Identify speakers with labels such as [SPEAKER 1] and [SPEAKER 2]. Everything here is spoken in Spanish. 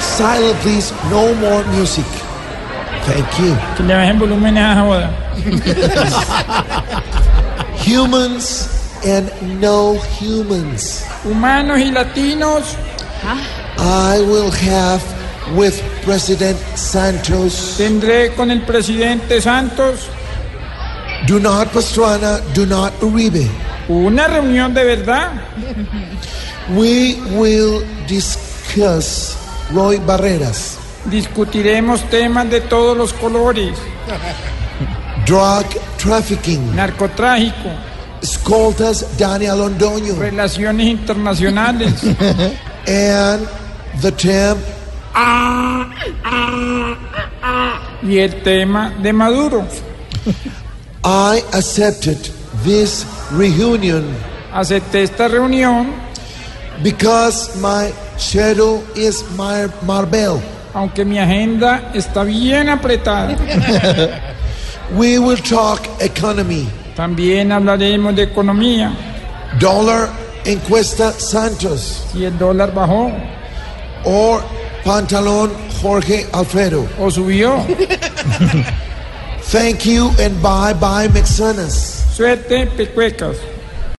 [SPEAKER 1] Silent, please. No more music. Thank you.
[SPEAKER 2] Que le bajen volumen a esa boda.
[SPEAKER 1] Humans and no humans.
[SPEAKER 2] Humanos y latinos.
[SPEAKER 1] I will have with President Santos.
[SPEAKER 2] Tendré con el presidente Santos
[SPEAKER 1] Do not Pastrana, do not Uribe.
[SPEAKER 2] una reunión de verdad.
[SPEAKER 1] We will discuss Roy Barreras,
[SPEAKER 2] Discutiremos temas de todos los colores.
[SPEAKER 1] drug trafficking,
[SPEAKER 2] Narcotráfico,
[SPEAKER 1] escoltas Daniel Londoño,
[SPEAKER 2] relaciones internacionales,
[SPEAKER 1] and the term
[SPEAKER 2] y el tema de Maduro.
[SPEAKER 1] I accepted this reunion
[SPEAKER 2] Acepté esta reunión,
[SPEAKER 1] Because my shadow is my marble.
[SPEAKER 2] aunque mi agenda está bien apretada.
[SPEAKER 1] We will talk economy.
[SPEAKER 2] También hablaremos de economía.
[SPEAKER 1] Dollar Encuesta Santos
[SPEAKER 2] Si el dólar bajó
[SPEAKER 1] or Pantalon Jorge Alfredo.
[SPEAKER 2] o subió.
[SPEAKER 1] Thank you and bye bye, Mexanas.
[SPEAKER 2] Suerte, pecuecas.